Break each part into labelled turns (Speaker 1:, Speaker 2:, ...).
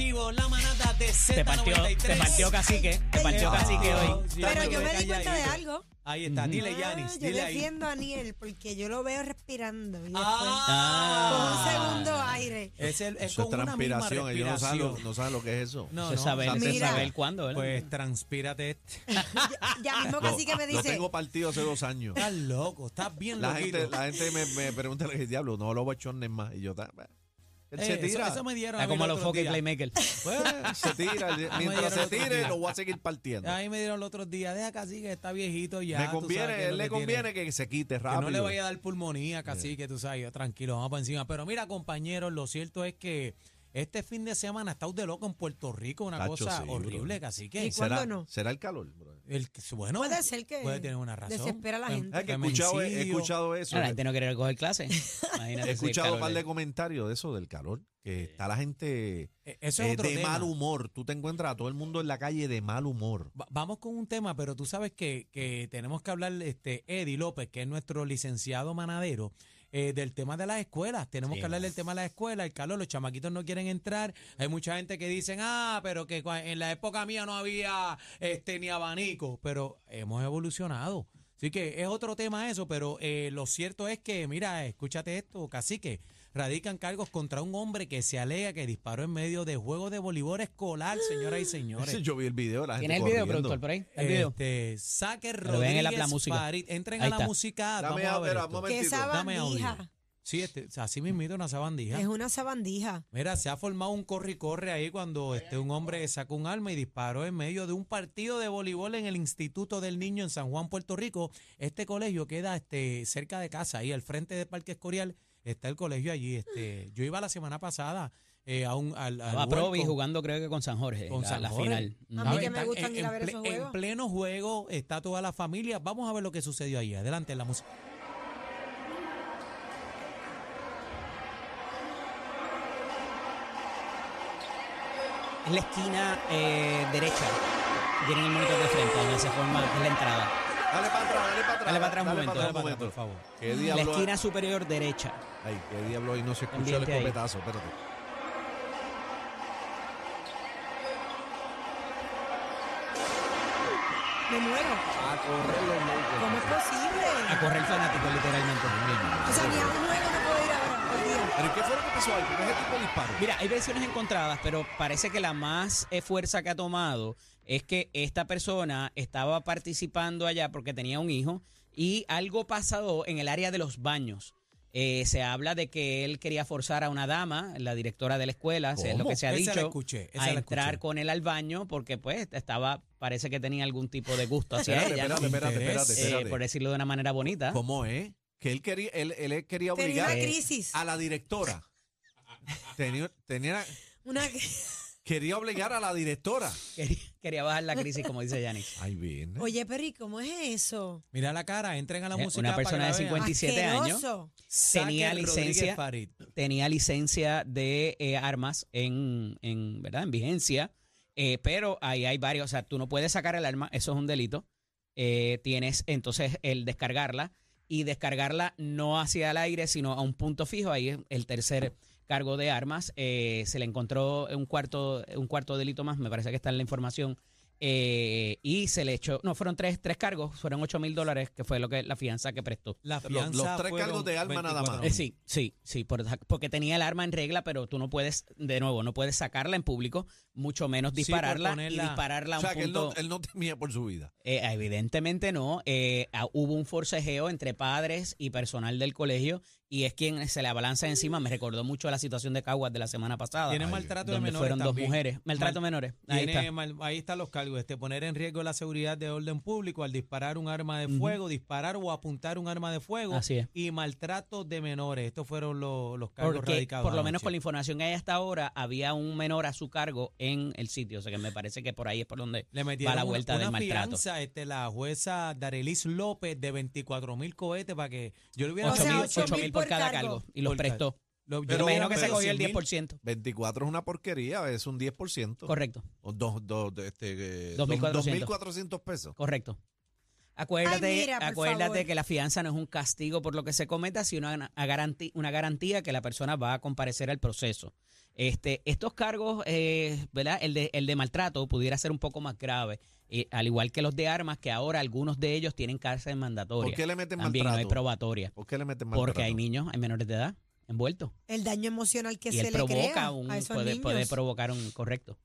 Speaker 1: Llegó la manada de Z93.
Speaker 2: Te partió, te partió cacique, te partió
Speaker 1: Llegó.
Speaker 2: cacique hoy.
Speaker 1: Sí,
Speaker 3: Pero
Speaker 1: Tacho,
Speaker 3: yo me
Speaker 1: vete
Speaker 3: di cuenta de
Speaker 1: calladito.
Speaker 3: algo.
Speaker 1: Ahí está, dile
Speaker 3: Ah,
Speaker 1: Yanis,
Speaker 3: yo
Speaker 1: dile ahí.
Speaker 3: defiendo a Aniel porque yo lo veo respirando. y
Speaker 1: Ah.
Speaker 3: después, con un segundo aire.
Speaker 1: Es, el, es
Speaker 4: Eso es
Speaker 1: eh, con una misma
Speaker 4: transpiración, ellos no saben, lo,
Speaker 1: respiración.
Speaker 4: no saben lo que es eso.
Speaker 1: No,
Speaker 2: Se sabe,
Speaker 1: o sea,
Speaker 2: se
Speaker 3: mira.
Speaker 2: sabe cuándo, ¿verdad?
Speaker 1: Pues transpírate este.
Speaker 3: Ya mismo
Speaker 4: Lo-
Speaker 3: casi que me
Speaker 4: Lo
Speaker 3: dice.
Speaker 4: tengo partido hace dos años.
Speaker 1: Estás loco, estás bien
Speaker 4: La
Speaker 1: loquito.
Speaker 4: gente, la gente me, me pregunta, ¿qué diablo? No lo bochones más. Y yo, ta- bah. él
Speaker 1: Eh,
Speaker 4: se
Speaker 1: eso-
Speaker 4: tira.
Speaker 1: Eso, me dieron a mí
Speaker 2: Está como
Speaker 1: el
Speaker 2: los
Speaker 1: otro
Speaker 2: foques
Speaker 1: día.
Speaker 2: playmaker.
Speaker 4: Pues, se tira.
Speaker 1: dieron
Speaker 4: Mientras se
Speaker 1: otro
Speaker 4: tire,
Speaker 1: día.
Speaker 4: lo voy a seguir partiendo.
Speaker 1: Ahí me dieron los otros días, deja casi que está viejito ya.
Speaker 4: me
Speaker 1: tú sabes que
Speaker 4: conviene,
Speaker 1: es
Speaker 4: él
Speaker 1: lo
Speaker 4: le
Speaker 1: que tiene.
Speaker 4: conviene que se quite
Speaker 1: Que
Speaker 4: rápido.
Speaker 1: no le vaya a dar pulmonía, casi que tú sabes, yo tranquilo, vamos para encima. Pero mira, compañeros, lo cierto es que este fin de semana está de loco en Puerto Rico, una
Speaker 4: Tacho,
Speaker 1: cosa
Speaker 4: sí, bro.
Speaker 1: horrible, casi que.
Speaker 3: ¿Y cuál-
Speaker 4: ¿Será,
Speaker 3: ¿Cuándo no?
Speaker 4: será el calor? bro?
Speaker 1: El, bueno,
Speaker 3: Puede ser que
Speaker 1: puede tener una razón. Em,
Speaker 3: desespera a la
Speaker 1: Fem-
Speaker 3: gente.
Speaker 4: Es que he escuchado, he
Speaker 1: feminicidio.
Speaker 4: escuchado
Speaker 1: Ah,
Speaker 4: eso.
Speaker 2: No, la gente este no quiere coger clase. Imagínate
Speaker 4: He
Speaker 2: si el
Speaker 4: escuchado un
Speaker 2: calor
Speaker 4: par de
Speaker 2: es-
Speaker 4: comentarios de eso, del calor. Que está la gente
Speaker 1: Eh, Eso es
Speaker 4: eh,
Speaker 1: otro
Speaker 4: de
Speaker 1: tema.
Speaker 4: mal humor. Tú te encuentras a todo el mundo en la calle de mal humor.
Speaker 1: Va- Vamos con un tema, pero tú sabes que, que tenemos que hablar, este Eddie López, que es nuestro licenciado manadero, eh, del tema de las escuelas. Tenemos
Speaker 2: Sí,
Speaker 1: que hablar del tema de las escuelas, el calor, los chamaquitos no quieren entrar. Hay mucha gente que dicen, ah, pero que cua- en la época mía no había este ni abanico, pero hemos evolucionado. Así que es otro tema eso, pero eh, lo cierto es que, mira, escúchate esto, cacique, radican cargos contra un hombre que se alega que disparó en medio de juego de voleibol escolar, señoras y señores.
Speaker 4: Yo vi el video, la gente
Speaker 2: ¿Tienes el video,
Speaker 4: corriendo.
Speaker 2: productor, por ahí? ¿Está el video?
Speaker 1: Este, Saque
Speaker 2: Lo ven en
Speaker 1: Rodríguez
Speaker 2: la- la música.
Speaker 1: Farid. Entren
Speaker 2: Ahí
Speaker 1: a la
Speaker 2: está.
Speaker 1: música.
Speaker 4: Dame,
Speaker 1: vamos a
Speaker 4: a
Speaker 1: ver
Speaker 4: ver,
Speaker 1: esto.
Speaker 4: un
Speaker 3: Que
Speaker 4: momentito.
Speaker 3: esa
Speaker 1: Dame audio.
Speaker 3: bandija
Speaker 1: Sí, este, así mismito una sabandija.
Speaker 3: es una sabandija.
Speaker 1: Mira, se ha formado un corre y corre ahí cuando este, un hombre sacó un arma y disparó en medio de un partido de voleibol en el Instituto del Niño en San Juan, Puerto Rico. Este colegio queda este, cerca de casa, ahí al frente de Parque Escorial está el colegio allí. Este, yo iba la semana pasada eh, a un, al, al
Speaker 2: Estaba Provi
Speaker 1: Welcome.
Speaker 2: jugando creo que con San Jorge.
Speaker 1: Con
Speaker 2: la,
Speaker 1: San
Speaker 2: la
Speaker 1: Jorge.
Speaker 2: final.
Speaker 3: A
Speaker 2: Ujú.
Speaker 3: mí que me
Speaker 1: Están
Speaker 3: gustan ir a ver
Speaker 1: ple-
Speaker 3: esos
Speaker 1: En
Speaker 3: juegos.
Speaker 1: pleno juego está toda la familia. Vamos a ver lo que sucedió ahí. Adelante en la música.
Speaker 2: Es la esquina eh, derecha. Tienen el monitor de frente donde se forma es la entrada.
Speaker 4: Dale para atrás, dale para atrás.
Speaker 2: Dale para atrás un momento,
Speaker 4: para
Speaker 2: dale
Speaker 4: atrás
Speaker 1: Por
Speaker 4: un momento.
Speaker 1: favor.
Speaker 4: ¿Qué
Speaker 2: La
Speaker 4: diablo?
Speaker 2: esquina superior derecha.
Speaker 4: Ay, qué diablo ahí no se escuchó el
Speaker 2: Ambiente ahí.
Speaker 4: escopetazo, espérate.
Speaker 3: Me muero.
Speaker 4: A correr los locos.
Speaker 3: ¿Cómo es posible?
Speaker 2: A correr fanático literalmente.
Speaker 3: O sea, ni a un juego no puedo ir a ver. hoy día.
Speaker 4: ¿Pero qué fue lo que pasó ahí? ¿Por qué ese tipo disparó?
Speaker 2: Mira, hay versiones encontradas, pero parece que la más eh, fuerza que ha tomado es que esta persona estaba participando allá porque tenía un hijo y algo pasado en el área de los baños. Eh, se habla de que él quería forzar a una dama, la directora de la escuela, es lo
Speaker 4: ¿Cómo?
Speaker 2: que se ha
Speaker 1: Esa la
Speaker 2: dicho,
Speaker 1: escuché, esa
Speaker 2: a
Speaker 1: la
Speaker 2: entrar
Speaker 1: escuché.
Speaker 2: con él al baño porque pues estaba, parece que tenía algún tipo de gusto hacia
Speaker 4: Espérate,
Speaker 2: ella, ¿no?
Speaker 4: espérate, espérate,
Speaker 1: interesa.
Speaker 4: espérate,
Speaker 2: Eh,
Speaker 4: espérate.
Speaker 2: por decirlo de una manera bonita.
Speaker 4: ¿Cómo es? Que él quería, él, él quería
Speaker 3: Tenía
Speaker 4: obligar
Speaker 3: una crisis.
Speaker 4: a la directora. Tenía, tenía,
Speaker 3: Una...
Speaker 4: quería obligar a la directora.
Speaker 2: Quería, quería bajar la crisis, como dice Yanis.
Speaker 4: Ay, bien.
Speaker 3: Oye, Perry, ¿cómo es eso?
Speaker 1: Mira la cara, entren a la
Speaker 2: Eh,
Speaker 1: música.
Speaker 2: una
Speaker 1: para
Speaker 2: persona
Speaker 1: que
Speaker 2: de
Speaker 1: la vean.
Speaker 2: 50 27 años.
Speaker 3: Asqueroso.
Speaker 1: Saque
Speaker 2: Tenía
Speaker 1: Rodríguez
Speaker 2: licencia.
Speaker 1: Farid.
Speaker 2: tenía licencia de eh, armas en, en, ¿verdad? en vigencia, eh, pero ahí hay varios, o sea, tú no puedes sacar el arma, eso es un delito, Eh, tienes entonces el descargarla y descargarla no hacia el aire, sino a un punto fijo, ahí es el tercer cargo de armas, Eh, se le encontró un cuarto, un cuarto delito más, me parece que está en la información. eh, y se le echó, no, fueron tres, tres cargos, fueron 8 mil dólares, que fue lo que la fianza que prestó.
Speaker 1: La
Speaker 4: Los- los
Speaker 1: fianza
Speaker 4: tres
Speaker 1: fueron
Speaker 4: cargos de arma nada más.
Speaker 1: 24
Speaker 2: Eh, sí, sí, sí, por- porque tenía el arma en regla, pero tú no puedes, de nuevo, no puedes sacarla en público, mucho menos
Speaker 1: Sí, por
Speaker 2: dispararla
Speaker 1: ponerla-
Speaker 2: y dispararla a
Speaker 4: o
Speaker 2: un
Speaker 4: sea, que él
Speaker 2: punto.
Speaker 4: no, él no temía por su vida.
Speaker 2: Eh, evidentemente no. eh, ah, hubo un forcejeo entre padres y personal del colegio y es quien se le abalanza encima. Me recordó mucho a la situación de Caguas de la semana pasada,
Speaker 1: Tiene
Speaker 4: Ay,
Speaker 1: maltrato de
Speaker 2: donde
Speaker 1: menores
Speaker 2: fueron dos
Speaker 1: también.
Speaker 2: mujeres. Maltrato
Speaker 1: Mal-
Speaker 2: menores. Ahí
Speaker 1: Tiene
Speaker 2: está.
Speaker 1: mal- ahí están los cargos. Este, poner en riesgo la seguridad de orden público al disparar un arma de fuego, disparar o apuntar un arma de fuego
Speaker 2: Así es.
Speaker 1: y maltrato de menores. Estos fueron lo- los cargos
Speaker 2: Porque
Speaker 1: radicados.
Speaker 2: por lo
Speaker 1: anoche.
Speaker 2: menos con la información que hay hasta ahora, había un menor a su cargo en el sitio. O sea que me parece que por ahí es por donde
Speaker 1: Le
Speaker 2: va
Speaker 1: metieron
Speaker 2: la
Speaker 1: una-
Speaker 2: vuelta
Speaker 1: una,
Speaker 2: del maltrato.
Speaker 1: fianza, este, la jueza Darelis López de 24 mil cohetes para que yo le hubiera
Speaker 3: O
Speaker 2: Ocho
Speaker 3: sea,
Speaker 2: mil-
Speaker 3: ocho
Speaker 2: ocho
Speaker 3: mil
Speaker 2: mil por
Speaker 3: por
Speaker 2: cada
Speaker 3: cargo.
Speaker 2: cargo y los
Speaker 1: Por cargo.
Speaker 2: prestó.
Speaker 1: Lo-
Speaker 2: Yo
Speaker 4: Pero
Speaker 2: imagino
Speaker 4: bueno,
Speaker 2: que se
Speaker 4: pero
Speaker 2: cogió el
Speaker 4: 100.000.
Speaker 2: 10%.
Speaker 4: 24 es una porquería, es un 10%.
Speaker 2: Correcto,
Speaker 4: O dos, dos, este, eh,
Speaker 2: 2.400.
Speaker 4: 2.400 pesos.
Speaker 2: correcto. Acuérdate,
Speaker 3: Ay, mira, por
Speaker 2: acuérdate
Speaker 3: favor.
Speaker 2: que la fianza no es un castigo por lo que se cometa, sino una, a garanti- una garantía que la persona va a comparecer al proceso. Este, estos cargos, eh, ¿verdad? El de, el de maltrato pudiera ser un poco más grave, eh, al igual que los de armas, que ahora algunos de ellos tienen cárcel mandatoria.
Speaker 4: ¿Por qué le meten
Speaker 2: También no hay
Speaker 4: maltrato?
Speaker 2: probatoria.
Speaker 4: ¿Por qué le meten maltrato?
Speaker 2: Porque hay niños, hay menores de edad envueltos.
Speaker 3: El daño emocional que
Speaker 2: y
Speaker 3: se
Speaker 2: él
Speaker 3: le
Speaker 2: provoca
Speaker 3: crea
Speaker 2: un,
Speaker 3: a esos
Speaker 2: puede,
Speaker 3: niños.
Speaker 2: puede provocar un correcto.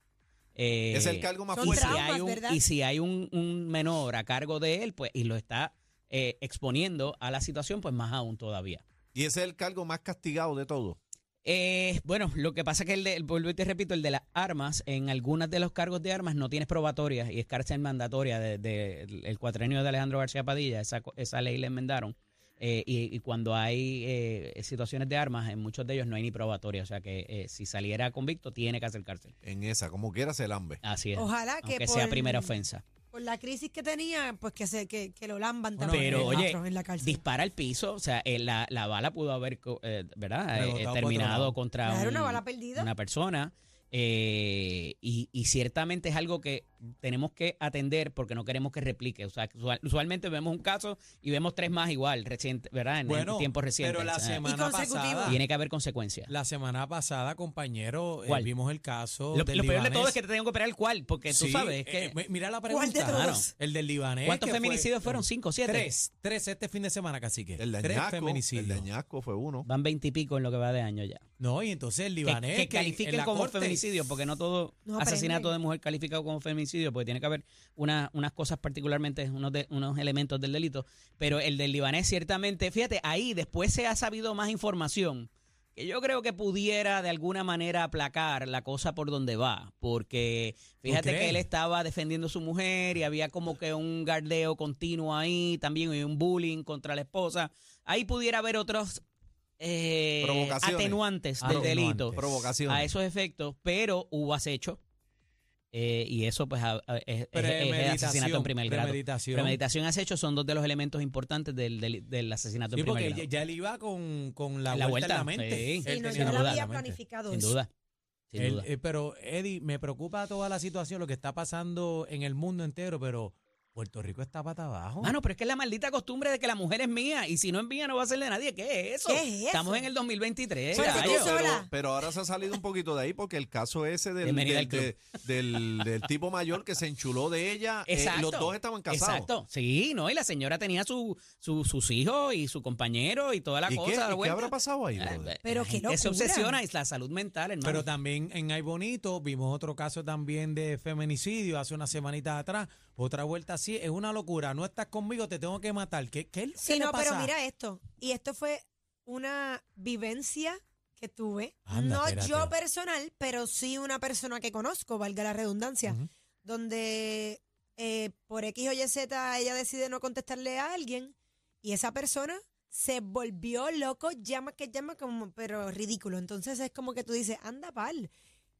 Speaker 2: Eh,
Speaker 4: es el cargo más
Speaker 3: son
Speaker 2: y
Speaker 4: fuerte.
Speaker 2: si
Speaker 3: traumas,
Speaker 2: hay un,
Speaker 3: ¿verdad?
Speaker 2: y si hay un, un menor a cargo de él, pues, y lo está eh, exponiendo a la situación, pues más aún todavía.
Speaker 4: Y ese es el cargo más castigado de todo.
Speaker 2: Eh, bueno, lo que pasa es que el de, vuelvo y te repito, el de las armas, en algunas de los cargos de armas no tienes probatoria y es cárcel mandatoria del de, el cuatrenio de Alejandro García Padilla, esa, co- esa ley la enmendaron. Eh, y, y cuando hay eh, situaciones de armas, en muchos de ellos no hay ni probatoria, o sea que eh, si saliera convicto tiene que hacer cárcel.
Speaker 4: En esa, como quiera, se lambe.
Speaker 2: Así es.
Speaker 3: Ojalá que
Speaker 2: aunque
Speaker 3: por,
Speaker 2: sea primera ofensa.
Speaker 3: por la crisis que tenía, pues que se que, que lo lamban
Speaker 1: Bueno,
Speaker 3: también
Speaker 2: pero,
Speaker 3: en,
Speaker 2: oye,
Speaker 3: otro- en la cárcel.
Speaker 2: dispara al piso, o sea, eh, la, la bala pudo haber, co- eh, ¿verdad? Eh,
Speaker 1: Rebotado
Speaker 2: eh,
Speaker 1: por otro
Speaker 2: terminado
Speaker 1: lado.
Speaker 2: contra
Speaker 3: Claro,
Speaker 2: un-
Speaker 3: una bala perdida.
Speaker 2: una persona. eh, y, y ciertamente es algo que tenemos que atender porque no queremos que replique. O sea, que usual- usualmente vemos un caso y vemos tres más igual, reciente, ¿verdad? En,
Speaker 1: Bueno,
Speaker 2: tiempos recientes.
Speaker 1: pero la
Speaker 2: o sea,
Speaker 1: semana
Speaker 3: consecutiva.
Speaker 1: pasada,
Speaker 2: eh. Tiene que haber consecuencias.
Speaker 1: la semana pasada, compañero, eh,
Speaker 2: ¿Cuál?
Speaker 1: vimos el caso
Speaker 2: Lo, lo
Speaker 1: del
Speaker 2: peor de todo
Speaker 1: libanés.
Speaker 2: es que te tengo que operar el cuál, porque tú
Speaker 1: Sí,
Speaker 2: sabes que...
Speaker 1: eh, eh, mira la
Speaker 3: ¿Cuál de
Speaker 1: pregunta.
Speaker 3: todos?
Speaker 1: Claro, el del libanés.
Speaker 2: ¿Cuántos
Speaker 1: que fue-
Speaker 2: feminicidios fueron? ¿Cinco, siete?
Speaker 1: Tres, tres este fin de semana, cacique.
Speaker 4: El de
Speaker 1: tres
Speaker 4: Añasco, el de
Speaker 1: feminicidios.
Speaker 4: Añasco fue uno.
Speaker 2: Van veintipico en lo que va de año ya.
Speaker 1: no, y entonces el
Speaker 2: que-
Speaker 1: libanés. en-
Speaker 2: que,
Speaker 1: en
Speaker 2: califiquen
Speaker 1: la
Speaker 2: como
Speaker 1: corte,
Speaker 2: feminicidio, porque no todo
Speaker 3: No aprenden.
Speaker 2: asesinato de mujer calificado como feminicidio, porque tiene que haber una- unas cosas particularmente, unos, de- unos elementos del delito. Pero el del libanés, ciertamente, fíjate, ahí después se ha sabido más información que yo creo que pudiera de alguna manera aplacar la cosa por donde va, porque fíjate
Speaker 1: crees?
Speaker 2: que él estaba defendiendo a su mujer y había como que un gardeo continuo ahí, también y un bullying contra la esposa. Ahí pudiera haber otros eh,
Speaker 4: Provocaciones.
Speaker 2: atenuantes del
Speaker 1: Atenuantes.
Speaker 2: delito
Speaker 4: Provocación.
Speaker 2: a esos efectos, pero hubo acecho. eh, y eso, pues, a- a- es, es- es el asesinato en primer grado.
Speaker 1: premeditación.
Speaker 2: Premeditación y acecho son dos de los elementos importantes del, del- del asesinato
Speaker 1: Sí,
Speaker 2: en primer
Speaker 1: porque ya,
Speaker 2: grado.
Speaker 1: ya él iba con, con la,
Speaker 2: La
Speaker 1: vuelta, en la
Speaker 2: vuelta,
Speaker 1: mente.
Speaker 2: sí.
Speaker 1: Él
Speaker 3: Sí, no,
Speaker 1: tenía la
Speaker 3: yo no
Speaker 1: vuelta en
Speaker 3: había
Speaker 1: la mente.
Speaker 3: planificado
Speaker 2: Sin
Speaker 3: eso.
Speaker 2: duda. Sin
Speaker 1: El-
Speaker 2: duda.
Speaker 1: eh, pero, Eddie, me preocupa toda la situación, lo que está pasando en el mundo entero, pero Puerto Rico está pata abajo.
Speaker 2: Mano, Ah, pero es que es la maldita costumbre de que la mujer es mía y si no es mía no va a ser de nadie. ¿Qué es eso?
Speaker 3: ¿Qué es eso?
Speaker 2: Estamos en el 2023.
Speaker 3: Suerte
Speaker 2: gallo.
Speaker 3: tú sola.
Speaker 4: pero ahora se ha salido un poquito de ahí porque el caso ese del,
Speaker 2: Bienvenida
Speaker 4: del,
Speaker 2: al club.
Speaker 4: de- del- del tipo mayor que se enchuló de ella, eh,
Speaker 2: Exacto.
Speaker 4: los dos estaban casados.
Speaker 2: Exacto. Sí, no, y la señora tenía su, su- sus hijos y su compañero y toda la
Speaker 4: ¿Y,
Speaker 2: cosa.
Speaker 4: qué,
Speaker 2: la
Speaker 4: y qué
Speaker 2: vuelta.
Speaker 4: habrá pasado ahí,
Speaker 2: Ah,
Speaker 4: brother?
Speaker 3: Pero
Speaker 2: la
Speaker 3: qué
Speaker 2: gente se
Speaker 3: locura.
Speaker 2: obsesiona es la salud mental, hermano.
Speaker 1: Pero también en Ay Bonito vimos otro caso también de feminicidio hace unas semanitas atrás. Otra vuelta así, es una locura. No estás conmigo, te tengo que matar. ¿Qué, qué es lo que
Speaker 3: Sí,
Speaker 1: le
Speaker 3: no, pero
Speaker 1: pasa?
Speaker 3: mira esto. Y esto fue una vivencia que tuve.
Speaker 1: Anda,
Speaker 3: no
Speaker 1: espérate.
Speaker 3: yo personal, pero sí una persona que conozco, valga la redundancia,
Speaker 1: Ujú.
Speaker 3: donde eh, por X o Y Z ella decide no contestarle a alguien y esa persona se volvió loco, llama que llama, como, pero ridículo. Entonces es como que tú dices, anda, pal,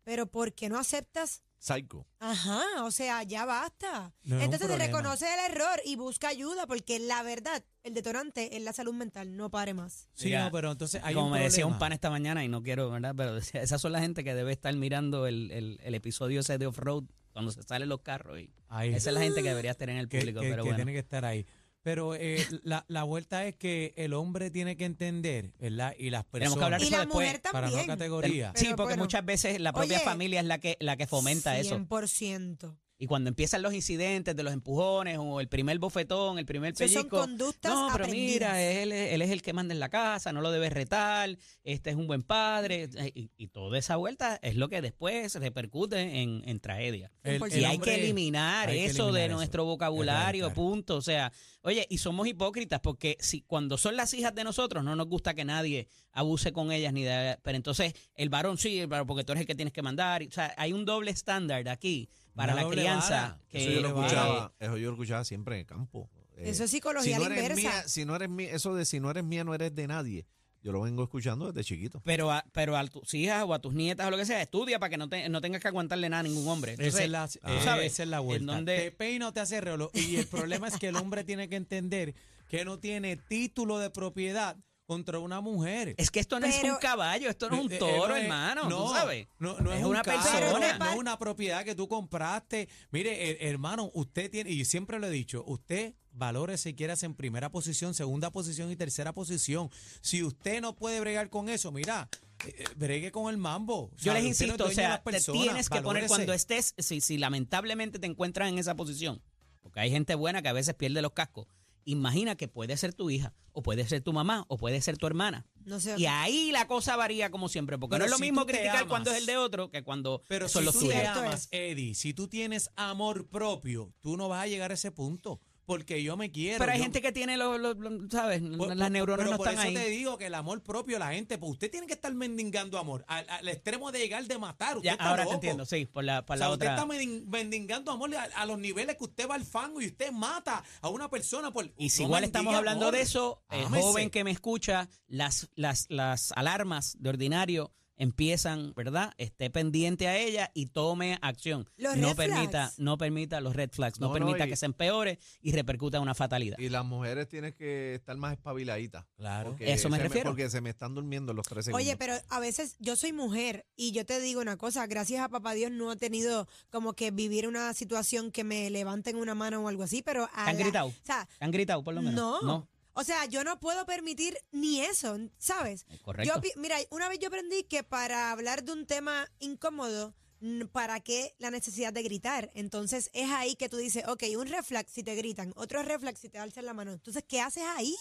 Speaker 3: pero ¿por qué no aceptas?
Speaker 4: Psycho.
Speaker 3: Ajá, o sea, ya basta.
Speaker 1: No es un
Speaker 3: Entonces
Speaker 1: problema.
Speaker 3: reconoce el error y busca ayuda, porque la verdad, el detonante es la salud mental, no pare más.
Speaker 1: Sí,
Speaker 2: Mira,
Speaker 1: no, pero entonces hay
Speaker 2: Como
Speaker 1: un
Speaker 2: me decía un
Speaker 1: problema.
Speaker 2: pan esta mañana, y no quiero, ¿verdad? Pero decía, esas son la gente que debe estar mirando el, el- el episodio ese de off-road cuando se salen los carros. Y
Speaker 1: Ahí.
Speaker 2: esa es la gente que deberías tener en el
Speaker 1: Eh, que,
Speaker 2: público.
Speaker 1: que-
Speaker 2: pero
Speaker 1: que
Speaker 2: bueno.
Speaker 1: tiene que estar ahí. Pero eh, la, la vuelta es que el hombre tiene que entender, ¿verdad? Y las personas.
Speaker 2: Tenemos que hablar
Speaker 3: Y la
Speaker 2: después,
Speaker 3: mujer
Speaker 1: Para no
Speaker 3: también.
Speaker 1: categoría.
Speaker 2: Sí,
Speaker 3: Pero
Speaker 2: porque
Speaker 3: bueno.
Speaker 2: muchas veces la propia
Speaker 3: Oye,
Speaker 2: familia es la que, la que fomenta eso.
Speaker 3: 100%.
Speaker 2: Y cuando empiezan los incidentes de los empujones o el primer bofetón, el primer
Speaker 3: Eso son
Speaker 2: pellizco.
Speaker 3: conductas
Speaker 2: no, pero
Speaker 3: aprendidas.
Speaker 2: mira, él, es- él es el que manda en la casa, no lo debes retar, este es un buen padre. eh, Y, y toda esa vuelta es lo que después repercute en, en tragedia.
Speaker 1: El-
Speaker 3: Y
Speaker 1: el
Speaker 2: Y hay
Speaker 1: hombre-
Speaker 2: que eliminar
Speaker 1: hay que
Speaker 2: eso de
Speaker 1: eliminar eso.
Speaker 2: nuestro vocabulario,
Speaker 1: Erradicar.
Speaker 2: punto. O sea, oye, y somos hipócritas porque si cuando son las hijas de nosotros no nos gusta que nadie abuse con ellas ni de, pero entonces el varón sí, pero porque tú eres el que tienes que mandar. O sea, hay un doble estándar aquí para
Speaker 1: Una
Speaker 2: la
Speaker 1: doble
Speaker 2: crianza
Speaker 1: vara.
Speaker 4: eso yo
Speaker 2: que eh,
Speaker 4: lo
Speaker 1: vale.
Speaker 4: escuchaba, eso yo lo escuchaba siempre en el campo. Eh,
Speaker 3: Eso es
Speaker 4: si
Speaker 3: psicología
Speaker 4: no
Speaker 3: a la
Speaker 4: eres
Speaker 3: inversa.
Speaker 4: mía, si no eres mía, eso de si no eres mía, no eres de nadie. Yo lo vengo escuchando desde chiquito.
Speaker 2: pero a, pero a tus hijas o a tus nietas o lo que sea, estudia para que no, te- no tengas que aguantarle nada a ningún hombre. Entonces,
Speaker 1: Esa es la,
Speaker 4: Ah.
Speaker 1: eh,
Speaker 2: ¿sabes?
Speaker 1: esa es la
Speaker 2: En
Speaker 1: vuelta.
Speaker 2: donde-
Speaker 1: Te peina o te hace rolo. Y el problema es que el hombre tiene que entender que no tiene título de propiedad contra una mujer.
Speaker 2: Es que esto no es
Speaker 3: Pero-
Speaker 2: un caballo, esto no es
Speaker 1: Eh,
Speaker 2: un
Speaker 1: eh,
Speaker 2: toro,
Speaker 1: no es-
Speaker 2: hermano,
Speaker 1: no,
Speaker 2: tú sabes.
Speaker 1: No, no es, una persona,
Speaker 3: persona.
Speaker 1: no es una propiedad que tú compraste. Mire, eh, hermano, usted tiene, y siempre lo he dicho, usted valore si quieras en primera posición, segunda posición y tercera posición. Si usted no puede bregar con eso, mira, eh, eh, bregue con el mambo.
Speaker 2: Yo
Speaker 1: ¿Sabe?
Speaker 2: les
Speaker 1: Usted no es
Speaker 2: insisto, o
Speaker 1: dueño de
Speaker 2: sea,
Speaker 1: las
Speaker 2: te
Speaker 1: personas,
Speaker 2: tienes que poner
Speaker 1: valórese.
Speaker 2: cuando estés, si, si lamentablemente te encuentras en esa posición, porque hay gente buena que a veces pierde los cascos. Imagina que puede ser tu hija, o puede ser tu mamá, o puede ser tu hermana.
Speaker 3: No sé.
Speaker 2: Y ahí la cosa varía como siempre, porque
Speaker 1: Pero
Speaker 2: no es lo
Speaker 1: si
Speaker 2: mismo
Speaker 1: tú te
Speaker 2: criticar
Speaker 1: amas.
Speaker 2: cuando es el de otro que cuando
Speaker 1: Pero
Speaker 2: son
Speaker 1: si
Speaker 2: los
Speaker 1: tú
Speaker 2: tuyos.
Speaker 1: te
Speaker 3: Cierto
Speaker 1: amas,
Speaker 3: es.
Speaker 1: Eddie, si tú tienes amor propio, tú no vas a llegar a ese punto. Porque yo me quiero.
Speaker 2: Pero hay
Speaker 1: yo-
Speaker 2: gente que tiene, los, los- los- ¿sabes?
Speaker 1: Por-
Speaker 2: Las
Speaker 1: por- Pues,
Speaker 2: neuronas
Speaker 1: pero
Speaker 2: no
Speaker 1: por
Speaker 2: están
Speaker 1: eso te
Speaker 2: ahí.
Speaker 1: digo que el amor propio, la gente, pues usted tiene que estar mendigando amor, al, al extremo de llegar de matar. Usted
Speaker 2: Ya,
Speaker 1: está
Speaker 2: ahora
Speaker 1: loco.
Speaker 2: te entiendo, sí, por la, por
Speaker 1: O sea,
Speaker 2: la
Speaker 1: usted
Speaker 2: otra.
Speaker 1: está mendi- mendigando amor a, a los niveles que usted va al fango y usted mata a una persona por.
Speaker 2: Y si
Speaker 1: no
Speaker 2: igual
Speaker 1: mendigue
Speaker 2: estamos hablando
Speaker 1: amor.
Speaker 2: de eso, el
Speaker 1: Ámese.
Speaker 2: joven que me escucha, las, las, las alarmas de ordinario empiezan, ¿verdad? Esté pendiente a ella y tome acción.
Speaker 3: Los
Speaker 2: no
Speaker 3: red
Speaker 2: permita,
Speaker 3: flags.
Speaker 2: no permita los red flags, no,
Speaker 4: No, no,
Speaker 2: permita
Speaker 4: y-
Speaker 2: que se empeore y repercuta en una fatalidad.
Speaker 4: Y las mujeres tienen que estar más espabiladitas.
Speaker 1: Claro.
Speaker 4: porque
Speaker 2: Eso me
Speaker 4: se
Speaker 2: refiero.
Speaker 4: porque se me están durmiendo los tres segundos.
Speaker 3: Oye, pero a veces yo soy mujer y yo te digo una cosa, gracias a papá Dios no he tenido como que vivir una situación que me levanten una mano o algo así, pero a
Speaker 2: ¿Han
Speaker 3: la-
Speaker 2: gritado?
Speaker 3: o sea,
Speaker 2: ¿Han gritado por lo menos?
Speaker 3: No. o sea, yo no puedo permitir ni eso, ¿sabes?
Speaker 2: Eh, Correcto.
Speaker 3: Yo pi- mira, una vez yo aprendí que para hablar de un tema incómodo, mm, ¿para qué la necesidad de gritar? Entonces es ahí que tú dices, ok, un reflex si te gritan, otro reflex si te alzan la mano. Entonces, ¿qué haces ahí?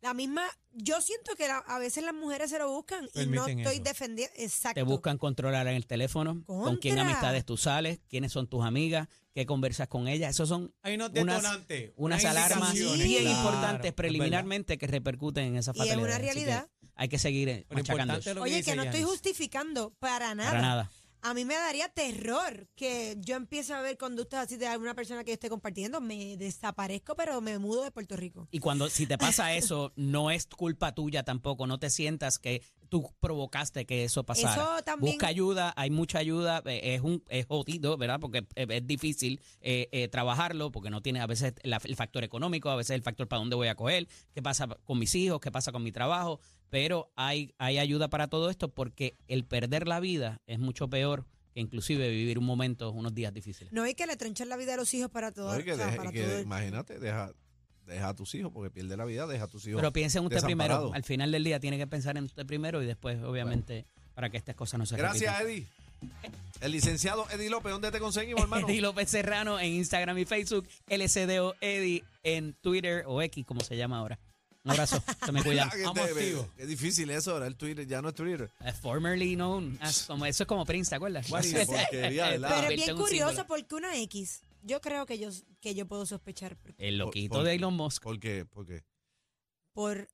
Speaker 3: La misma, yo siento que la- a veces las mujeres se lo buscan y no
Speaker 1: Permiten
Speaker 3: estoy
Speaker 1: eso.
Speaker 3: defendiendo. Exacto.
Speaker 2: Te buscan controlar en el teléfono, con quién
Speaker 3: Contra.
Speaker 2: amistades tú sales, quiénes son tus amigas, qué conversas con ellas. Esos son
Speaker 1: Hay unos
Speaker 2: unas-
Speaker 1: detonantes.
Speaker 2: unas alarmas
Speaker 1: indicaciones.
Speaker 2: bien
Speaker 1: Claro,
Speaker 2: importantes
Speaker 1: es verdad.
Speaker 2: preliminarmente que repercuten en esa
Speaker 3: Y es
Speaker 2: fatalidad.
Speaker 3: una
Speaker 2: Así que
Speaker 3: realidad.
Speaker 2: Hay que seguir eh,
Speaker 1: Pero
Speaker 2: machacando
Speaker 1: importante
Speaker 2: eso.
Speaker 1: lo
Speaker 3: Oye,
Speaker 1: dice
Speaker 3: que no estoy
Speaker 1: Yanis.
Speaker 3: justificando para nada.
Speaker 2: Para nada.
Speaker 3: A mí me daría terror que yo empiece a ver conductas así de alguna persona que yo esté compartiendo. Me desaparezco, pero me mudo de Puerto Rico.
Speaker 2: Y cuando si te pasa eso, no es culpa tuya tampoco, no te sientas que tú provocaste que eso pasara.
Speaker 3: Eso también-
Speaker 2: Busca ayuda, hay mucha ayuda, eh, es un es jodido, ¿verdad? Porque eh, es difícil eh, eh, trabajarlo, porque no tiene a veces la- el factor económico, a veces el factor para dónde voy a coger, qué pasa con mis hijos, qué pasa con mi trabajo, pero hay, hay ayuda para todo esto porque el perder la vida es mucho peor que inclusive vivir un momento, unos días difíciles.
Speaker 3: No hay que le tronchan la vida a los hijos para todo.
Speaker 4: No, y que
Speaker 3: o sea,
Speaker 4: deje-
Speaker 3: para
Speaker 4: que
Speaker 3: todo.
Speaker 4: imagínate, deja, deja a tus hijos, porque pierde la vida, deja a tus hijos.
Speaker 2: Pero piensa en usted primero,
Speaker 4: desamparado.
Speaker 2: al final del día tiene que pensar en usted primero y después obviamente para que estas cosas no se
Speaker 4: Gracias,
Speaker 2: repitan.
Speaker 4: Eddie. El licenciado Eddie López, ¿dónde te conseguimos, hermano?
Speaker 2: Eddie López Serrano en Instagram y Facebook, LCDO Eddie en Twitter o X como se llama ahora. Un abrazo, se me cuidan.
Speaker 4: Ah, Que te-
Speaker 1: Vamos activo.
Speaker 4: Es difícil eso, ahora el Twitter, ya no es Twitter.
Speaker 2: Eh, formerly known as, como eso es como Prince, ¿te acuerdas?
Speaker 4: What is- porquería,
Speaker 3: Pero es
Speaker 4: ¿verdad? Ah,
Speaker 2: Convierte en
Speaker 3: bien
Speaker 2: un símbolo.
Speaker 3: curioso porque una X, yo creo que yo, que yo puedo sospechar por,
Speaker 2: El loquito
Speaker 4: Por- por-
Speaker 2: de Elon Musk.
Speaker 4: ¿Por qué? ¿Por qué?
Speaker 3: por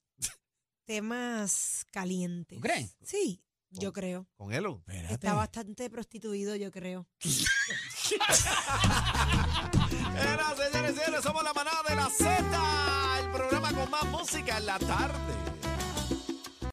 Speaker 3: temas calientes.
Speaker 2: ¿Tú crees?
Speaker 3: Sí, yo creo.
Speaker 4: ¿Con Elon?
Speaker 1: Espérate.
Speaker 3: Está bastante prostituido, yo creo.
Speaker 4: Era, señores y señores, somos la manada de la Z, el programa con más música en la tarde.